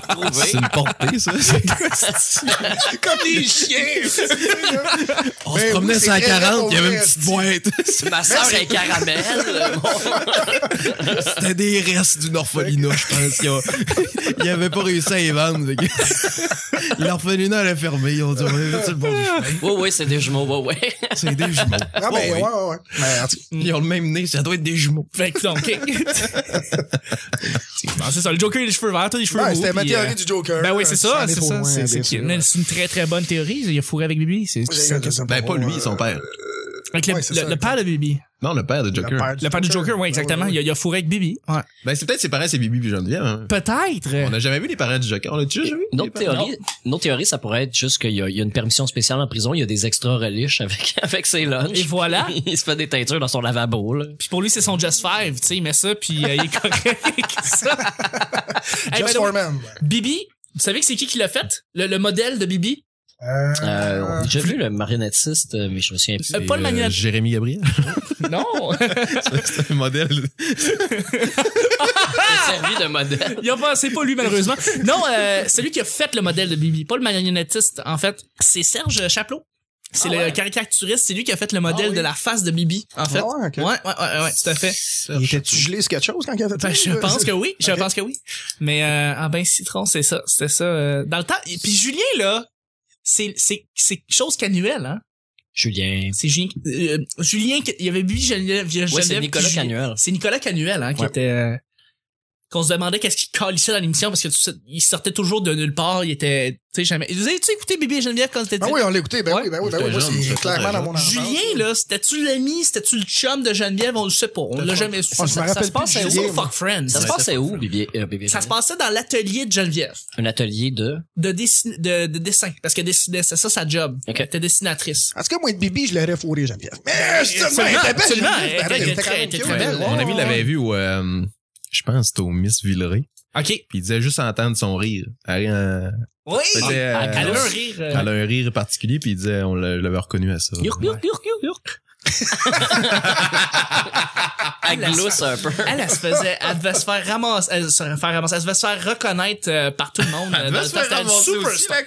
[SPEAKER 4] trouvé.
[SPEAKER 5] C'est une portée, ça.
[SPEAKER 2] Comme des chiens!
[SPEAKER 5] On
[SPEAKER 2] Ben
[SPEAKER 5] se promenait
[SPEAKER 2] oui, c'est
[SPEAKER 5] sur la
[SPEAKER 2] vrai,
[SPEAKER 5] 40, il y avait
[SPEAKER 4] Ah,
[SPEAKER 2] vrai.
[SPEAKER 5] une petite boîte.
[SPEAKER 4] Ma soeur est caramel.
[SPEAKER 5] C'était des restes d'une orphelinat, je pense. Ils, ont- ils avaient pas réussi à les vendre. fait que- L'orphelinat, elle a fermé. Ils ont dit, on va mettre sur le bon du chemin.
[SPEAKER 4] Oui, oui, c'est des jumeaux, ouais, ouais.
[SPEAKER 5] C'est des jumeaux.
[SPEAKER 2] non,
[SPEAKER 1] Oh,
[SPEAKER 2] mais
[SPEAKER 5] Ouais,
[SPEAKER 2] ouais,
[SPEAKER 5] Ah, ben, ouais.
[SPEAKER 2] ouais, ouais. Mais en tout cas,
[SPEAKER 5] Ils ont le même nez, ça doit être des jumeaux.
[SPEAKER 1] Fait que donc, ok. Effectivement, c'est ça. Le Joker, il a les cheveux verts, toi, les cheveux
[SPEAKER 2] ben,
[SPEAKER 1] roux.
[SPEAKER 2] c'était ma
[SPEAKER 1] puis,
[SPEAKER 2] théorie
[SPEAKER 1] euh,
[SPEAKER 2] du Joker.
[SPEAKER 1] Ben oui, c'est ça,
[SPEAKER 2] allait
[SPEAKER 1] c'est
[SPEAKER 2] trop
[SPEAKER 1] ça.
[SPEAKER 2] loin,
[SPEAKER 1] c'est-
[SPEAKER 2] bien
[SPEAKER 1] c'est
[SPEAKER 2] sûr.
[SPEAKER 1] qu'il- C'est une très très bonne théorie. Il a fourré avec Bibi. C'est c'est ça. que-
[SPEAKER 2] J'ai-
[SPEAKER 5] Ben, pas lui,
[SPEAKER 2] euh,
[SPEAKER 5] son père.
[SPEAKER 1] Avec le,
[SPEAKER 2] Ouais, c'est
[SPEAKER 1] le-
[SPEAKER 2] ça.
[SPEAKER 1] le père de Bibi.
[SPEAKER 5] Non, le père de
[SPEAKER 2] le
[SPEAKER 5] Joker.
[SPEAKER 2] père du
[SPEAKER 1] Le père du Joker, oui, exactement.
[SPEAKER 2] Ouais, ouais,
[SPEAKER 1] Il, a, il a fourré avec Bibi. Ouais.
[SPEAKER 5] Ben, c'est peut-être ses parents, c'est Bibi et Geneviève. hein. On
[SPEAKER 1] Peut-être.
[SPEAKER 5] n'a jamais vu les parents du Joker. On l'a déjà vu?
[SPEAKER 4] Une
[SPEAKER 5] les
[SPEAKER 4] autre,
[SPEAKER 5] parents?
[SPEAKER 4] théorie, une autre théorie, ça pourrait être juste qu'il y, a il y a une permission spéciale en prison, il y a des extra reliches avec, avec ses lunchs.
[SPEAKER 1] Et voilà.
[SPEAKER 4] Il se fait des teintures dans son lavabo, là.
[SPEAKER 1] Puis pour lui, c'est son Just Five. Tu sais, il met ça, puis euh, il est correct. avec ça. Hey, by
[SPEAKER 2] Just
[SPEAKER 1] the way,
[SPEAKER 2] for men.
[SPEAKER 1] Bibi, vous savez que c'est qui qui l'a fait? Le, le modèle de Bibi?
[SPEAKER 2] Euh,
[SPEAKER 4] Euh, j'ai vu le marionnettiste, euh, mais je me souviens plus.
[SPEAKER 5] C'est,
[SPEAKER 1] Euh, Paul Magnat-
[SPEAKER 5] Jérémy Gabriel.
[SPEAKER 1] Non!
[SPEAKER 5] c'est un modèle.
[SPEAKER 4] Il a servi de modèle.
[SPEAKER 1] Il a pas- c'est pas lui, malheureusement. Non, euh, celui qui a fait le modèle de Bibi, pas le marionnettiste, en fait, c'est Serge Chaplot. C'est
[SPEAKER 4] Ah
[SPEAKER 1] le
[SPEAKER 4] ouais.
[SPEAKER 1] caricaturiste, c'est lui qui a fait le modèle
[SPEAKER 4] oui.
[SPEAKER 1] de la face de Bibi, en fait.
[SPEAKER 2] Ah ouais, Ah ok.
[SPEAKER 1] ouais, ouais, ouais, ouais, tout à fait.
[SPEAKER 2] Il était-tu gelé sur quelque chose quand il euh, a fait
[SPEAKER 1] Ben, je
[SPEAKER 2] ça?
[SPEAKER 1] pense que oui, je
[SPEAKER 2] Ok.
[SPEAKER 1] pense que oui. Mais euh, ah ben citron, c'est ça, c'était ça euh, dans le temps. Et puis Julien là, c'est c'est c'est chose qu'annuelle hein.
[SPEAKER 4] Julien.
[SPEAKER 1] C'est Julien euh, Julien qui- il y avait Bibi Geneviève
[SPEAKER 4] Ouais, c'est
[SPEAKER 1] Geneviève,
[SPEAKER 4] Nicolas
[SPEAKER 1] puis Julien.
[SPEAKER 4] Canuel.
[SPEAKER 1] C'est Nicolas Canuel hein qui
[SPEAKER 4] Ouais.
[SPEAKER 1] était euh, qu'on se demandait qu'est-ce qu'il calissait dans l'émission parce que tu sais, il sortait toujours de nulle part, il était tu sais jamais. Vous avez tu écouté Bibi et Geneviève quand c'était
[SPEAKER 2] Ben oui, on l'écoutait. Ben
[SPEAKER 1] Ouais.
[SPEAKER 2] oui, ben oui, ben
[SPEAKER 5] J'étais
[SPEAKER 2] oui. Moi,
[SPEAKER 5] jeune,
[SPEAKER 2] c'est
[SPEAKER 5] j'étais
[SPEAKER 2] clairement
[SPEAKER 5] très
[SPEAKER 2] dans mon enfance.
[SPEAKER 1] Julien là, c'était-tu l'ami, c'était-tu le chum de Geneviève, on le sait pas, on l'a jamais su.
[SPEAKER 2] On se
[SPEAKER 1] Ça-
[SPEAKER 2] me
[SPEAKER 1] ça
[SPEAKER 2] rappelle
[SPEAKER 1] se passe
[SPEAKER 2] plus
[SPEAKER 1] à
[SPEAKER 2] Julien,
[SPEAKER 1] où?
[SPEAKER 2] moi.
[SPEAKER 1] Fuck friends.
[SPEAKER 4] Ça se passait où, Bibi? euh, Bibi
[SPEAKER 1] Ça se passait dans l'atelier de Geneviève.
[SPEAKER 4] Un atelier de.
[SPEAKER 1] de, dessin, de, de dessin. Parce que dessinait, c'est ça sa job.
[SPEAKER 4] Ok.
[SPEAKER 1] Elle était dessinatrice.
[SPEAKER 2] En tout cas, moi, de Bibi, je l'aurais fourré, Geneviève. Mais justement, elle était belle,
[SPEAKER 1] absolument,
[SPEAKER 2] Geneviève.
[SPEAKER 1] elle
[SPEAKER 2] Ben,
[SPEAKER 1] était
[SPEAKER 2] elle était quand
[SPEAKER 1] très-
[SPEAKER 2] même
[SPEAKER 1] elle était
[SPEAKER 2] cute.
[SPEAKER 1] très belle.
[SPEAKER 5] Mon ami
[SPEAKER 1] Ouais,
[SPEAKER 5] l'avait vu au, euh, je pense, c'était au Miss Villeray.
[SPEAKER 1] OK.
[SPEAKER 5] Puis il disait juste entendre son rire. Elle, euh,
[SPEAKER 1] Oui!
[SPEAKER 5] c'était, euh,
[SPEAKER 1] Elle a un rire. euh,
[SPEAKER 5] elle a un rire particulier, puis il disait, on l'a- je l'avait reconnu à ça.
[SPEAKER 4] Yurk, yurk, yurk, yurk, yurk. Elle glousse un peu.
[SPEAKER 1] Elle, elle se faisait, elle devait se faire ramasser, elle se faire ramasser, elle devait se faire reconnaître euh, par tout le monde. euh, dans le temps, c'était une superstar.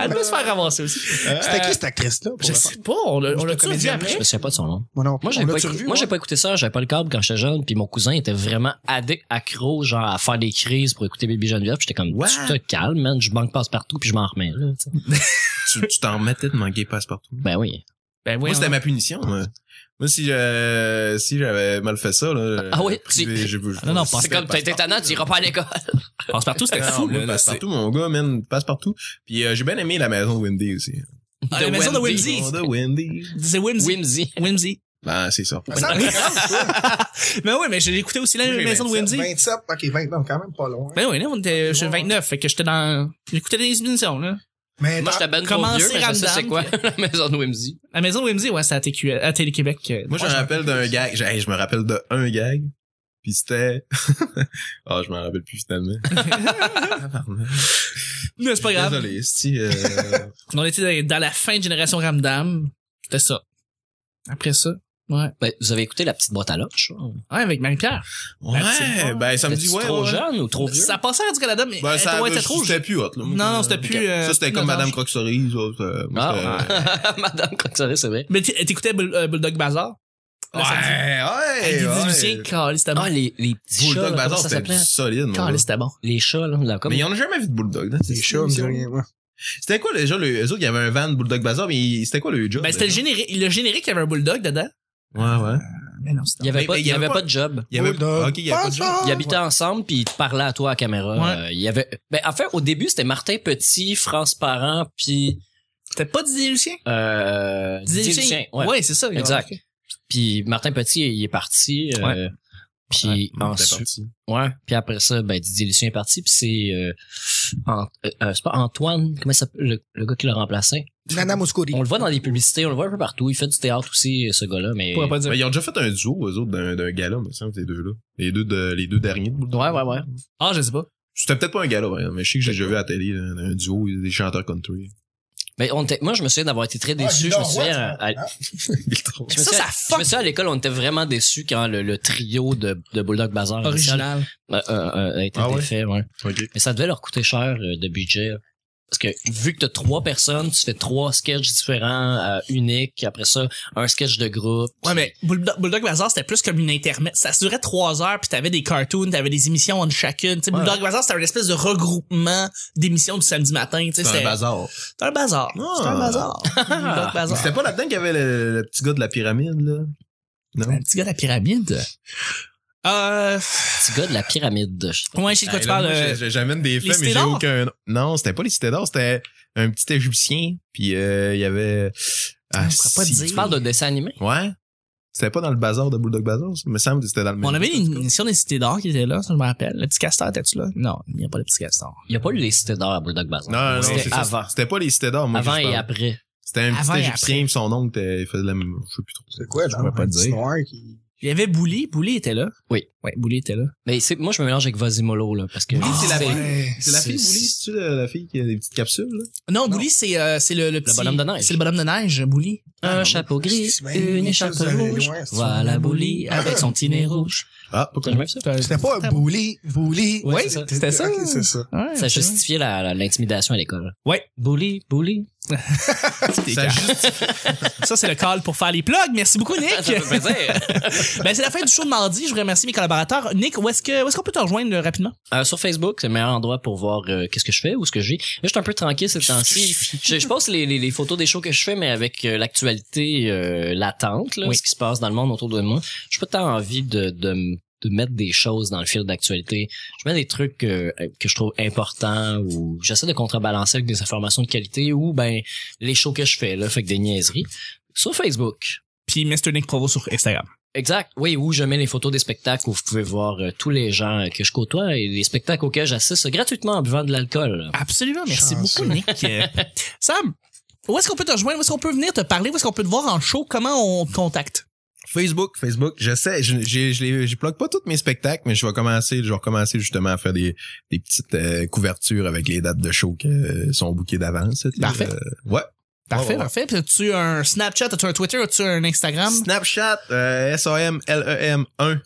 [SPEAKER 1] Elle devait se faire ramasser aussi.
[SPEAKER 2] C'était qui, cette actrice-là? Euh, pour
[SPEAKER 1] Euh, Je sais
[SPEAKER 2] vrai?
[SPEAKER 1] pas, on l'a- on l'a-tu vu
[SPEAKER 2] comédienne,
[SPEAKER 1] après?
[SPEAKER 4] Je me souviens pas de son nom.
[SPEAKER 2] Moi, non.
[SPEAKER 4] Moi,
[SPEAKER 2] On
[SPEAKER 4] j'avais pas,
[SPEAKER 2] l'a-tu
[SPEAKER 4] écou-
[SPEAKER 2] revu,
[SPEAKER 4] moi, j'ai
[SPEAKER 2] ouais?
[SPEAKER 4] pas écouté ça, j'avais pas le câble quand j'étais jeune, puis mon cousin était vraiment addict, accro, genre, à faire des crises pour écouter Baby Geneviève, puis j'étais comme,
[SPEAKER 5] Ouais.
[SPEAKER 4] tu te calmes, man, je banque passe-partout, puis je m'en remets, là, tu sais.
[SPEAKER 5] tu, tu t'en remettais de manquer passe-partout.
[SPEAKER 4] Ben oui.
[SPEAKER 1] Ben oui.
[SPEAKER 5] moi, c'était
[SPEAKER 1] on-
[SPEAKER 5] ma punition. Moi, Moi, si, euh, si j'avais mal fait ça, là. euh,
[SPEAKER 4] Ah ouais,
[SPEAKER 5] privé,
[SPEAKER 4] tu-
[SPEAKER 5] j'ai- j'ai-
[SPEAKER 1] non, non,
[SPEAKER 5] j'ai-
[SPEAKER 1] pas-
[SPEAKER 4] Ah, C'est comme, t'es
[SPEAKER 5] passe-partout,
[SPEAKER 4] étonnant, tu iras pas à l'école.
[SPEAKER 1] Passe-partout, c'était
[SPEAKER 5] Non,
[SPEAKER 1] fou,
[SPEAKER 5] moi,
[SPEAKER 1] là.
[SPEAKER 5] Ah, Passe-partout, mon gars, man, passe-partout. Puis euh, j'ai bien aimé la maison de Wendy aussi.
[SPEAKER 1] Ah, la maison de Whimsy.
[SPEAKER 5] La maison de Wendy.
[SPEAKER 1] C'est Whimsy.
[SPEAKER 4] Whimsy.
[SPEAKER 1] Whimsy.
[SPEAKER 5] Ben, c'est ça.
[SPEAKER 2] Ça me semble,
[SPEAKER 1] Ben oui, mais j'ai écouté aussi la
[SPEAKER 5] Moi, j'ai
[SPEAKER 1] maison de
[SPEAKER 2] 27,
[SPEAKER 1] Whimsy.
[SPEAKER 2] 27, ok, 20, non, quand même pas loin.
[SPEAKER 1] Ben oui, là, on était, j'étais 29, fait que j'étais dans, j'écoutais des émissions, là.
[SPEAKER 2] Mais
[SPEAKER 4] Moi,
[SPEAKER 2] dans-
[SPEAKER 4] j'étais ben trop
[SPEAKER 1] Commencer
[SPEAKER 4] vieux, mais je sais
[SPEAKER 1] Ramdam,
[SPEAKER 4] c'est quoi, la maison de Whimsy.
[SPEAKER 1] La maison de Whimsy, ouais, c'est à TQ, à Télé-Québec. euh,
[SPEAKER 5] Moi, je me rappelle d'un gag. J'ai- hey, je me rappelle de un gag. Puis c'était... Ah, je m'en rappelle plus finalement. Tabarnak.
[SPEAKER 1] Mais c'est pas grave.
[SPEAKER 5] Désolé, si... Euh...
[SPEAKER 1] On était dans la fin de Génération Ramdam. C'était ça. Après ça, Ouais.
[SPEAKER 4] Ben, vous avez écouté la petite boîte à loche?
[SPEAKER 1] Ouais, avec Marie-Pierre.
[SPEAKER 5] Ouais, ben, ça me dit, ouais,
[SPEAKER 4] trop
[SPEAKER 5] ouais.
[SPEAKER 4] jeune ou trop vieux?
[SPEAKER 1] Ça passait à du Canada, mais
[SPEAKER 5] Ben,
[SPEAKER 1] elle
[SPEAKER 5] ça,
[SPEAKER 1] était Euh, trop
[SPEAKER 5] c'était plus hot, là.
[SPEAKER 1] Non, non, c'était plus. euh,
[SPEAKER 5] Ça, c'était
[SPEAKER 1] plus
[SPEAKER 5] comme
[SPEAKER 1] notre
[SPEAKER 5] Madame
[SPEAKER 1] âge.
[SPEAKER 5] Croque-Cerise, là, c'était- moi, c'était- euh,
[SPEAKER 4] Ah, Madame Coxoré, c'est vrai.
[SPEAKER 1] Mais tu- t'écoutais Bull- euh, Bulldog Bazaar? Le
[SPEAKER 5] Ouais,
[SPEAKER 1] samedi.
[SPEAKER 5] ouais,
[SPEAKER 1] Avec
[SPEAKER 5] Eh, ouais.
[SPEAKER 1] Didi Lucien, Carlis, c'était
[SPEAKER 4] Ah,
[SPEAKER 1] bon.
[SPEAKER 4] les, les petits chats, là,
[SPEAKER 5] Bulldog
[SPEAKER 4] comment
[SPEAKER 5] Bazar,
[SPEAKER 4] ça
[SPEAKER 5] c'était du
[SPEAKER 4] s'appelait?
[SPEAKER 5] solide, mon gars.
[SPEAKER 1] Carlis, c'était bon.
[SPEAKER 4] Les chats, là, là, comme...
[SPEAKER 5] Mais on a jamais vu de Bulldog, là.
[SPEAKER 2] Les chats, me disent rien, ouais.
[SPEAKER 5] C'était quoi, déjà, le, eux autres, il y avait un van de Bulldog Bazar, mais c'était quoi le job?
[SPEAKER 1] Ben, c'était le
[SPEAKER 5] déjà?
[SPEAKER 1] générique. Le générique, il y avait un bulldog dedans.
[SPEAKER 5] Ouais, ouais.
[SPEAKER 4] Ah,
[SPEAKER 1] Mais non, c'était.
[SPEAKER 4] Il y avait,
[SPEAKER 5] Mais-
[SPEAKER 4] pas,
[SPEAKER 5] mais
[SPEAKER 4] il y avait pas de job.
[SPEAKER 5] Il y avait, Ah,
[SPEAKER 2] Bulldog.
[SPEAKER 5] ok, il y avait pas de job.
[SPEAKER 4] Ils habitaient ensemble puis ils te parlaient à toi à la caméra.
[SPEAKER 1] Ouais.
[SPEAKER 4] Euh, il y avait ben enfin au début c'était Martin Petit, France Parent puis
[SPEAKER 1] C'était pas Didier Lucien?
[SPEAKER 4] euh, Didier Lucien, ouais.
[SPEAKER 1] Ouais, c'est ça.
[SPEAKER 4] Exact. Puis Martin Petit il est parti euh,
[SPEAKER 1] Ouais.
[SPEAKER 4] puis
[SPEAKER 5] Ouais, c'était
[SPEAKER 4] ensuite
[SPEAKER 5] parti.
[SPEAKER 4] ouais, puis après ça ben Didier Lucien est parti puis c'est euh, Ant- euh, euh, c'est pas Antoine comment il s'appelle le, le gars qui l'a remplacé.
[SPEAKER 2] Nana Mouskouri.
[SPEAKER 4] On le voit dans les publicités, on le voit un peu partout, il fait du théâtre aussi euh, ce gars-là mais
[SPEAKER 1] Pourrait pas
[SPEAKER 5] Ben,
[SPEAKER 1] dire.
[SPEAKER 5] ils ont déjà fait un duo, eux autres, d'un, d'un gala, me semble, ces deux-là. Les deux, de, les deux derniers de Bulldog.
[SPEAKER 4] Ouais ouais ouais.
[SPEAKER 1] Ah, je sais pas.
[SPEAKER 5] C'était peut-être pas un gala, par exemple, mais je sais que j'ai déjà vu à la télé, là, un duo, des chanteurs country.
[SPEAKER 4] Mais on était- moi je me souviens d'avoir
[SPEAKER 1] Ah,
[SPEAKER 4] été très
[SPEAKER 2] Ah,
[SPEAKER 4] déçu, je me souviens à- à- Je me,
[SPEAKER 1] hein? Ça,
[SPEAKER 4] souviens,
[SPEAKER 1] ça
[SPEAKER 4] je me souviens à l'école, on était vraiment déçus quand le, le trio de, de Bulldog Bazaar initial,
[SPEAKER 1] Original.
[SPEAKER 4] euh, euh, euh, a été
[SPEAKER 5] Ah ouais?
[SPEAKER 4] défait. Ouais.
[SPEAKER 5] Ok.
[SPEAKER 4] Mais ça devait leur coûter cher euh, de budget. Parce que vu que t'as trois personnes, tu fais trois sketchs différents, euh, uniques. Après ça, un sketch de groupe.
[SPEAKER 5] Ah,
[SPEAKER 1] Ouais, mais Bulldog, Bulldog Bazaar, c'était plus comme une intermède. Ça durait trois heures, puis t'avais des cartoons, t'avais des émissions en chacune. Tu sais,
[SPEAKER 4] Ouais.
[SPEAKER 1] Bulldog Bazaar, c'était une espèce de regroupement d'émissions du samedi matin. Tu sais,
[SPEAKER 5] C'est un
[SPEAKER 1] c'était
[SPEAKER 5] bazar.
[SPEAKER 1] c'était un bazar.
[SPEAKER 5] Ah.
[SPEAKER 1] C'était un bazar. Bulldog
[SPEAKER 5] Mais
[SPEAKER 1] Bazaar.
[SPEAKER 5] C'était pas là-dedans qu'il y avait le, le petit gars de la pyramide, là? Non?
[SPEAKER 1] Un petit gars de la pyramide. Euh,
[SPEAKER 4] Petit gars de la pyramide. je sais pas.
[SPEAKER 1] ouais, je sais de quoi
[SPEAKER 5] Hey,
[SPEAKER 1] tu
[SPEAKER 5] là,
[SPEAKER 1] parles.
[SPEAKER 5] moi,
[SPEAKER 1] euh,
[SPEAKER 5] j'ai- j'ai- J'amène des
[SPEAKER 1] les
[SPEAKER 5] faits, mais
[SPEAKER 1] cités
[SPEAKER 5] j'ai
[SPEAKER 1] d'or?
[SPEAKER 5] aucun. Non, c'était pas les cités d'or, c'était un petit égyptien, puis euh, il y avait. Ah,
[SPEAKER 1] On pourrait pas
[SPEAKER 5] si.
[SPEAKER 1] dire.
[SPEAKER 4] Tu parles de dessin animé?
[SPEAKER 5] Ouais. C'était pas dans le bazar de Bulldog Bazar, ça? Il me semble que c'était dans le
[SPEAKER 1] On
[SPEAKER 5] même-
[SPEAKER 1] avait une émission des Cités d'Or qui était là, ça je me rappelle. Le petit castor, t'es-tu là? Non, il n'y a pas le petit castor.
[SPEAKER 4] Il n'y a pas eu les cités d'or à Bulldog Bazaar.
[SPEAKER 5] Non, non,
[SPEAKER 4] C'était
[SPEAKER 5] c'est ça,
[SPEAKER 4] avant.
[SPEAKER 5] C'était pas les cités d'or, moi.
[SPEAKER 4] avant
[SPEAKER 5] que je
[SPEAKER 4] et
[SPEAKER 5] parle.
[SPEAKER 4] après.
[SPEAKER 5] C'était un
[SPEAKER 1] Avant
[SPEAKER 5] petit
[SPEAKER 1] et
[SPEAKER 5] égyptien, puis son oncle, était- il faisait de la. m- Je sais plus trop.
[SPEAKER 2] C'est quoi, là?
[SPEAKER 1] pourrais pas le
[SPEAKER 2] Un petit
[SPEAKER 1] dire.
[SPEAKER 2] noir qui-
[SPEAKER 1] Il y avait Bouli, Bouli était là.
[SPEAKER 4] Oui.
[SPEAKER 1] Ouais, Bouli était là.
[SPEAKER 4] Mais c'est, moi, je me mélange avec Vasimolo, là, parce que.
[SPEAKER 5] Bouli, c'est la-
[SPEAKER 2] Ouais.
[SPEAKER 5] C'est la fille
[SPEAKER 4] C'est-
[SPEAKER 5] Bouli, c'est-tu la, la fille qui a des petites capsules, là?
[SPEAKER 1] Non, Bouli, c'est euh, c'est le, le petit...
[SPEAKER 4] bonhomme de neige.
[SPEAKER 1] C'est le bonhomme de neige, Bouli.
[SPEAKER 4] Un chapeau
[SPEAKER 5] Ah,
[SPEAKER 4] gris,
[SPEAKER 2] C'est bien, euh,
[SPEAKER 4] une
[SPEAKER 2] les
[SPEAKER 4] écharpe
[SPEAKER 2] choses de la
[SPEAKER 4] rouge.
[SPEAKER 2] loi, c'est-
[SPEAKER 4] Voilà Bouli avec son petit nez rouge.
[SPEAKER 5] Ah, pas
[SPEAKER 4] T'as
[SPEAKER 5] connu.
[SPEAKER 4] jamais vu ça?
[SPEAKER 2] C'était pas un bouli, bouli.
[SPEAKER 4] Ouais,
[SPEAKER 2] Ouais,
[SPEAKER 4] c'est ça.
[SPEAKER 1] C'était ça.
[SPEAKER 2] ok, c'est ça.
[SPEAKER 1] Ouais, c'est
[SPEAKER 4] Ça justifiait la- la- l'intimidation à l'école.
[SPEAKER 1] Ouais.
[SPEAKER 4] Bully, bully.
[SPEAKER 5] Ça justifie-
[SPEAKER 1] vrai. Ça, c'est le call pour faire les plugs. Merci beaucoup, Nick. ben, c'est la fin du show de mardi. Je voudrais remercier mes collaborateurs. Nick, où est-ce que où est-ce qu'on peut te rejoindre euh, rapidement?
[SPEAKER 4] Euh, sur Facebook, c'est le meilleur endroit pour voir euh, qu'est-ce que je fais ou ce que je vis. Là, je suis un peu tranquille ces temps-ci. Je, je poste les, les, les photos des shows que je fais, mais avec euh, l'actualité euh, latente, là,
[SPEAKER 1] Oui.
[SPEAKER 4] ce qui se passe dans le monde autour de moi. J'ai pas tant envie de, de, m- de mettre des choses dans le fil d'actualité. Je mets des trucs euh, que je trouve importants ou j'essaie de contrebalancer avec des informations de qualité ou ben les shows que je fais, là, fait que des niaiseries. Sur Facebook,
[SPEAKER 1] Puis Mr. Nick Provo sur Instagram.
[SPEAKER 4] Exact, oui, où je mets les photos des spectacles où vous pouvez voir euh, tous les gens euh, que je côtoie et les spectacles auxquels j'assiste gratuitement en buvant de l'alcool.
[SPEAKER 1] Absolument. Merci
[SPEAKER 2] Chanceux.
[SPEAKER 1] beaucoup, Nick. Euh, Sam, où est-ce qu'on peut te rejoindre? Où est-ce qu'on peut venir te parler? Où est-ce qu'on peut te voir en show? Comment on te contacte?
[SPEAKER 5] Facebook, Facebook, je sais, je j'ai- je les- je plug pas tous mes spectacles, mais je vais commencer, je vais recommencer justement à faire des, des petites euh, couvertures avec les dates de show qui euh, sont bouquées d'avance. là.
[SPEAKER 1] Parfait.
[SPEAKER 5] Euh, ouais.
[SPEAKER 1] Parfait,
[SPEAKER 5] Ouais, ouais, ouais.
[SPEAKER 1] Oh, parfait. Puis as-tu un Snapchat, as-tu un Twitter, as-tu un Instagram?
[SPEAKER 5] Snapchat, euh, S-A-M-L-E-M 1.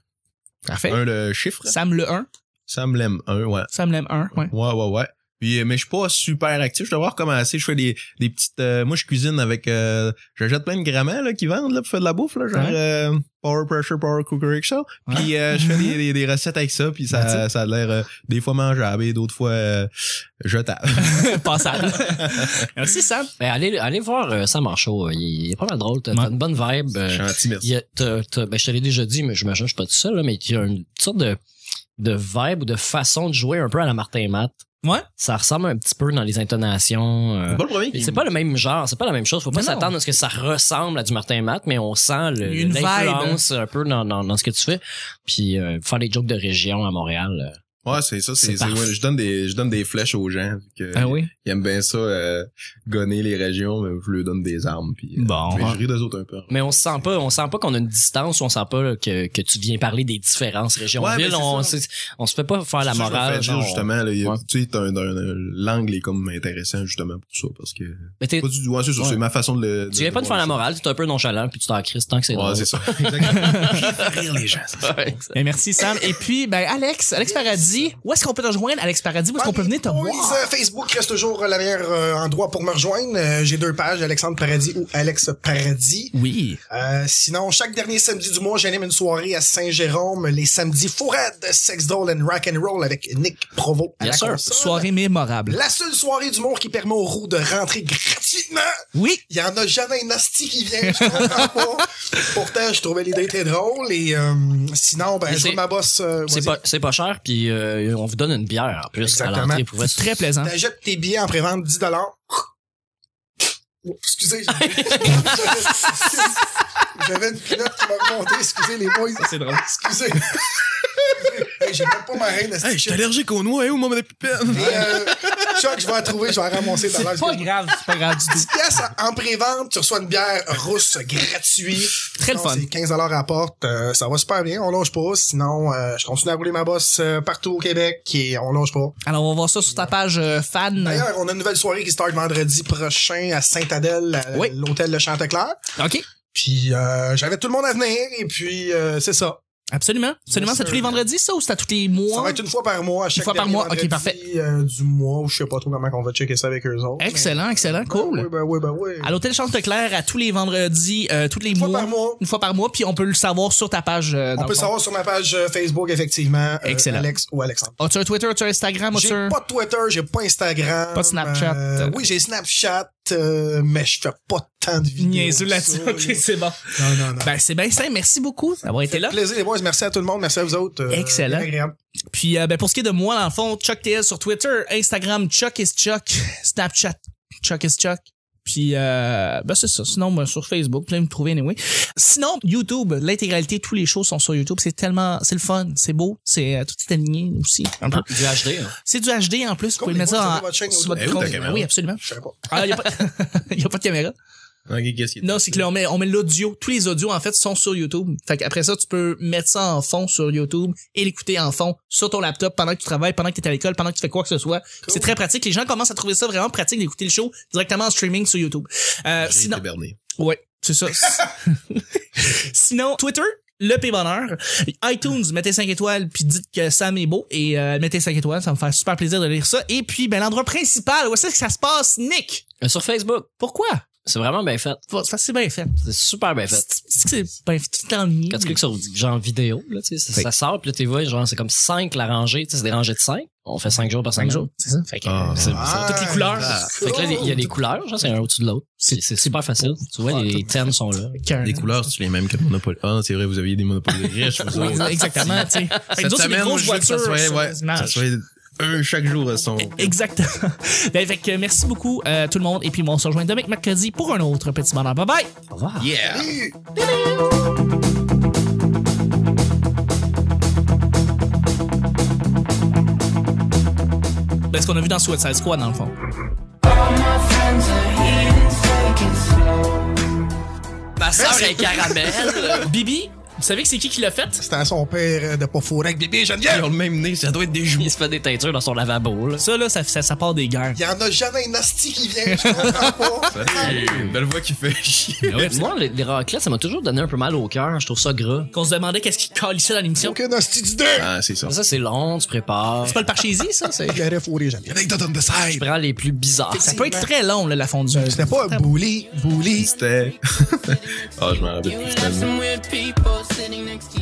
[SPEAKER 1] Parfait.
[SPEAKER 5] 1 le chiffre.
[SPEAKER 1] Sam le 1.
[SPEAKER 5] Sam Lem 1, ouais.
[SPEAKER 1] Sam l'aime 1, ouais.
[SPEAKER 5] Ouais, ouais, ouais. Puis, euh, mais je suis pas super actif. Je dois voir commencer. Je fais des, des petites. euh, moi, je cuisine avec. Euh, J'achète plein de gramins là, qui vendent là, pour faire de la bouffe, là, genre
[SPEAKER 1] Ouais.
[SPEAKER 5] euh, Power Pressure, Power Cooker et ça. Puis euh, je fais des, des, des recettes avec ça. Puis ça, ça a l'air euh, des fois mangeable et d'autres fois euh, jetable.
[SPEAKER 1] Passable. Merci, Sam.
[SPEAKER 4] Ben, allez, allez voir euh, Sam Marchaud, euh, il, il est pas mal drôle, t'as
[SPEAKER 1] Ouais.
[SPEAKER 4] t'as une bonne vibe. euh,
[SPEAKER 5] Gentil, merci.
[SPEAKER 4] il y a- t'as- t'as- ben, je te l'ai déjà dit, mais j'imagine que je suis pas tout seul, là, mais il y a une sorte de, de vibe ou de façon de jouer un peu à la Martin Matt.
[SPEAKER 1] Ouais.
[SPEAKER 4] Ça ressemble un petit peu dans les intonations. euh,
[SPEAKER 5] C'est pas le premier qui.
[SPEAKER 4] c'est pas le même genre, c'est pas la même chose. Faut pas
[SPEAKER 1] Non.
[SPEAKER 4] s'attendre à ce que ça ressemble à du Martin Matt, mais on sent le-
[SPEAKER 1] Il y a une
[SPEAKER 4] l'influence un peu dans, dans, dans ce que tu fais. Puis euh, faire des jokes de région à Montréal, euh,
[SPEAKER 5] Ouais, c'est ça. C'est,
[SPEAKER 4] C'est
[SPEAKER 5] c'est-
[SPEAKER 4] parfait.
[SPEAKER 5] ouais, je donne des, je donne des flèches aux gens. vu Que
[SPEAKER 2] Ben
[SPEAKER 1] Ah oui?
[SPEAKER 5] Ils aiment bien ça, euh, gonner les régions, mais je leur donne des armes. Puis, euh,
[SPEAKER 1] Bon.
[SPEAKER 5] mais je ris des autres un peu.
[SPEAKER 4] Mais on se sent pas, on sent pas qu'on a une distance, ou on sent pas là, que, que tu viens parler des différences
[SPEAKER 5] Ouais, mais
[SPEAKER 4] régions-villes.
[SPEAKER 5] c'est
[SPEAKER 4] on,
[SPEAKER 5] ça.
[SPEAKER 4] c'est- on se fait pas faire Ah, la
[SPEAKER 5] C'est ça que je me fais
[SPEAKER 4] morale.
[SPEAKER 5] dire,
[SPEAKER 4] genre,
[SPEAKER 5] justement, là, il y a-
[SPEAKER 4] Ouais.
[SPEAKER 5] tu sais, t'as un- un- un- l'angle est comme intéressant, justement, pour ça, parce que...
[SPEAKER 4] Mais t'es-
[SPEAKER 5] Pas du ouais, c'est ça,
[SPEAKER 4] Ouais.
[SPEAKER 5] c'est ma façon de le...
[SPEAKER 4] tu viens pas de faire la morale, tu es un peu nonchalant, puis tu t'en crises tant que c'est
[SPEAKER 5] Ouais,
[SPEAKER 4] drôle.
[SPEAKER 5] c'est ça.
[SPEAKER 2] rire les gens.
[SPEAKER 4] Ouais, c'est-
[SPEAKER 1] Ben, merci, Sam. Et puis, ben, Alex, Alex Paradis, où est-ce qu'on peut te rejoindre, Alex Paradis? Où est-ce qu'on peut venir te
[SPEAKER 2] Oui,
[SPEAKER 1] voir?
[SPEAKER 2] ça, Facebook reste toujours euh, le meilleur euh, endroit pour me rejoindre. Euh, J'ai deux pages, Alexandre Paradis ou Alex Paradis.
[SPEAKER 1] Oui.
[SPEAKER 2] Euh, sinon, chaque dernier samedi du mois, j'anime une soirée à Saint-Jérôme, les samedis Fourade, Sex Doll and Rock and Roll avec Nick Provo. à
[SPEAKER 4] Yes,
[SPEAKER 2] la
[SPEAKER 4] sir.
[SPEAKER 2] console.
[SPEAKER 1] Soirée mémorable.
[SPEAKER 2] La seule soirée d'humour qui permet aux roues de rentrer gratuitement.
[SPEAKER 1] Oui.
[SPEAKER 2] Il y en a jamais un nasty qui vient, je comprends pas. Pourtant, je trouvais l'idée très drôle et euh, sinon, ben,
[SPEAKER 4] Mais
[SPEAKER 2] je
[SPEAKER 4] c'est-
[SPEAKER 2] vois ma bosse. euh,
[SPEAKER 4] C'est
[SPEAKER 2] vas-y.
[SPEAKER 4] pas, c'est pas cher, puis euh, on vous donne une bière en plus
[SPEAKER 2] Exactement.
[SPEAKER 4] à l'entrée pour
[SPEAKER 1] C'est très plaisant.
[SPEAKER 2] T'achètes tes billets en prévente 10 Oups, Excusez. j'ai- J'avais une pinotte qui m'a remonté. Excusez les boys.
[SPEAKER 1] C'est drôle.
[SPEAKER 2] Excusez. Hey, J'ai même pas ma reine à ce
[SPEAKER 5] Hey, je suis
[SPEAKER 2] shit.
[SPEAKER 5] allergique aux noix, hein, au moment de
[SPEAKER 2] Et, euh, Chuck, je vais la trouver, je vais la ramasser dans l'heure.
[SPEAKER 1] C'est pas grave, c'est pas grave du tout.
[SPEAKER 2] 10 piastres en prévente, tu reçois une bière rousse gratuite.
[SPEAKER 1] Très le
[SPEAKER 2] Sinon,
[SPEAKER 1] fun.
[SPEAKER 2] C'est 15 à la porte. Euh, ça va super bien. On longe pas. Sinon, euh, je continue à rouler ma bosse euh, partout au Québec et on longe pas.
[SPEAKER 1] Alors, on va voir ça sur ta page euh, fan.
[SPEAKER 2] D'ailleurs, on a une nouvelle soirée qui start vendredi prochain à Saint-Adèle, à
[SPEAKER 1] Oui.
[SPEAKER 2] l'hôtel de Chantecler.
[SPEAKER 1] OK.
[SPEAKER 2] Puis euh, j'avais tout le monde à venir et puis euh, c'est ça.
[SPEAKER 1] Absolument. Absolument.
[SPEAKER 2] Yes,
[SPEAKER 1] C'est tous les
[SPEAKER 2] sir.
[SPEAKER 1] vendredis, ça, ou c'est à tous les mois?
[SPEAKER 2] Ça va être une fois par mois, à chaque
[SPEAKER 1] fois par
[SPEAKER 2] dernier
[SPEAKER 1] mois. Ok,
[SPEAKER 2] vendredi,
[SPEAKER 1] parfait.
[SPEAKER 2] euh, du mois, ou je sais pas trop comment on va checker ça avec eux autres. mais-
[SPEAKER 1] Excellent, excellent, cool.
[SPEAKER 2] Ben oui, ben oui, ben oui.
[SPEAKER 1] À l'hôtel Chante Claire, à tous les vendredis, euh, tous les
[SPEAKER 2] Une fois
[SPEAKER 1] mois.
[SPEAKER 2] par mois.
[SPEAKER 1] Une fois par mois, puis on peut le savoir sur ta page. euh, dans
[SPEAKER 2] On
[SPEAKER 1] le
[SPEAKER 2] peut
[SPEAKER 1] fond.
[SPEAKER 2] savoir sur ma page euh, Facebook, effectivement, euh,
[SPEAKER 1] Excellent.
[SPEAKER 2] Alex ou Alexandre.
[SPEAKER 1] As-tu un Twitter, as-tu un Instagram,
[SPEAKER 2] J'ai
[SPEAKER 1] as-tu un-
[SPEAKER 2] pas de Twitter, j'ai pas Instagram.
[SPEAKER 1] Pas de Snapchat.
[SPEAKER 2] euh, oui, j'ai Snapchat, euh, mais je fais pas tant de vidéos.
[SPEAKER 1] Niaiseux là-dessus.
[SPEAKER 2] sur-
[SPEAKER 1] OK, c'est bon.
[SPEAKER 2] Non, non, non.
[SPEAKER 1] Ben, c'est bien simple. Merci beaucoup d'avoir été là.
[SPEAKER 2] Plaisir, les boys. Merci à tout le monde. Merci à vous autres. Euh,
[SPEAKER 1] Excellent.
[SPEAKER 2] bien agréable.
[SPEAKER 1] Puis, euh, ben, pour ce qui est de moi, dans le fond, Chuck TL sur Twitter, Instagram, Chuck is Chuck, Snapchat, Chuck is Chuck. Puis, euh, ben, c'est ça. Sinon, ben, sur Facebook, vous pouvez me trouver anyway. Sinon, YouTube, l'intégralité, tous les shows sont sur YouTube. C'est tellement, c'est le fun, c'est beau, c'est, euh, tout est aligné aussi. un peu.
[SPEAKER 4] Du HD. hein.
[SPEAKER 1] C'est du HD en plus, vous pouvez
[SPEAKER 2] Cool,
[SPEAKER 1] mettre ça
[SPEAKER 2] les boys, avez votre
[SPEAKER 1] en,
[SPEAKER 2] chaîne
[SPEAKER 1] sur
[SPEAKER 2] aussi.
[SPEAKER 1] votre
[SPEAKER 5] Eh oui,
[SPEAKER 1] compte. Ben
[SPEAKER 5] ta caméra.
[SPEAKER 1] Oui, absolument.
[SPEAKER 2] Je sais pas.
[SPEAKER 1] Ah, y a pas, y a pas de caméra.
[SPEAKER 5] qu'est-ce qu'il
[SPEAKER 1] Non, c'est que là, on met, on met l'audio. Tous les audios, en fait, sont sur YouTube. Fait qu'après ça, tu peux mettre ça en fond sur YouTube et l'écouter en fond sur ton laptop pendant que tu travailles, pendant que tu es à l'école, pendant que tu fais quoi que ce soit. C'est très pratique. Les gens commencent à trouver ça vraiment pratique d'écouter le show directement en streaming sur YouTube. Euh,
[SPEAKER 5] J'ai
[SPEAKER 1] sinon,
[SPEAKER 5] été berné.
[SPEAKER 1] Ouais, c'est ça. Sinon, Twitter, le P Bonheur. iTunes, mettez 5 étoiles, puis dites que Sam est beau, et euh, mettez 5 étoiles, ça me fait super plaisir de lire ça. Et puis, ben, l'endroit principal, où est-ce que ça se passe, Nick?
[SPEAKER 4] Euh, Sur Facebook,
[SPEAKER 1] Pourquoi?
[SPEAKER 4] c'est vraiment bien fait.
[SPEAKER 1] Faut- ça, C'est bien fait.
[SPEAKER 4] C'est super bien fait.
[SPEAKER 1] C'est- C'est c'est bien fait. Tout le temps mieux.
[SPEAKER 4] Quand tu cliques sur genre vidéo, là, tu sais, ça,
[SPEAKER 1] Oui.
[SPEAKER 4] ça sort, puis là, tu vois, genre, c'est comme 5 la rangée, tu sais, c'est des rangées de 5. On fait 5 jours par 5 jours.
[SPEAKER 1] c'est ça. Fait que,
[SPEAKER 5] Ah.
[SPEAKER 4] euh, C'est-
[SPEAKER 2] Ah,
[SPEAKER 4] c'est toutes les couleurs.
[SPEAKER 2] ah,
[SPEAKER 4] Fait que là, il y a des couleurs, genre, c'est un au-dessus de l'autre. C'est c'est super facile. Tu vois, les, les thèmes sont là.
[SPEAKER 1] qu'un-
[SPEAKER 5] Les couleurs, c'est les mêmes que Monopoly. Ah, c'est vrai, vous aviez des Monopoly riches, vous
[SPEAKER 1] Oui,
[SPEAKER 5] autres.
[SPEAKER 1] exactement, tu sais. Fait que
[SPEAKER 5] Cette
[SPEAKER 1] d'autres, c'est des
[SPEAKER 5] semaine,
[SPEAKER 1] grosses
[SPEAKER 5] je veux que
[SPEAKER 1] voitures.
[SPEAKER 5] Ça
[SPEAKER 1] sur
[SPEAKER 5] soit, ouais,
[SPEAKER 1] les images.
[SPEAKER 5] ça soit un chaque jour à son.
[SPEAKER 1] Exactement. Ben, fait que merci beaucoup, euh, tout le monde. Et puis, on se rejoint demain mercredi pour un autre petit bonheur. Bye bye!
[SPEAKER 4] Au revoir.
[SPEAKER 5] Yeah!
[SPEAKER 1] Ben, ce qu'on a vu dans Suicide Squad, dans le fond.
[SPEAKER 4] Ma
[SPEAKER 5] Bah,
[SPEAKER 4] soeur est caramel.
[SPEAKER 1] Ah Bibi, vous savez que c'est qui qui l'a fait?
[SPEAKER 2] C'était à son père euh, de pas fourrer avec bébé
[SPEAKER 5] Ils
[SPEAKER 2] Geneviève.
[SPEAKER 5] ont le même nez, ça doit être des joues.
[SPEAKER 4] Il se fait des teintures dans son lavabo, là.
[SPEAKER 1] Ça, là, ça, ça, ça part des guerres.
[SPEAKER 2] Il y en a jamais un nasty qui vient, je comprends pas.
[SPEAKER 5] Une belle voix qui fait chier.
[SPEAKER 4] Moi, les, les raclettes, ça m'a toujours donné un peu mal au cœur. Je trouve ça gras.
[SPEAKER 1] Qu'on se demandait qu'est-ce qui calissait dans l'émission.
[SPEAKER 2] Aucun nasty d'idée.
[SPEAKER 5] Ah, c'est ça.
[SPEAKER 4] Ça, c'est long, tu prépares.
[SPEAKER 1] C'est pas le parchésie, ça? c'est-
[SPEAKER 2] J'aurais fourré Geneviève.
[SPEAKER 5] Anecdote on the
[SPEAKER 4] Tu
[SPEAKER 5] side!
[SPEAKER 4] prends les plus bizarres.
[SPEAKER 1] Ça peut être très long, là, la fondue.
[SPEAKER 2] C'était pas un bully, bully.
[SPEAKER 5] C'était. Ah, je m'en rappelle plus. c'était-
[SPEAKER 6] You and I some weird people sitting next to you.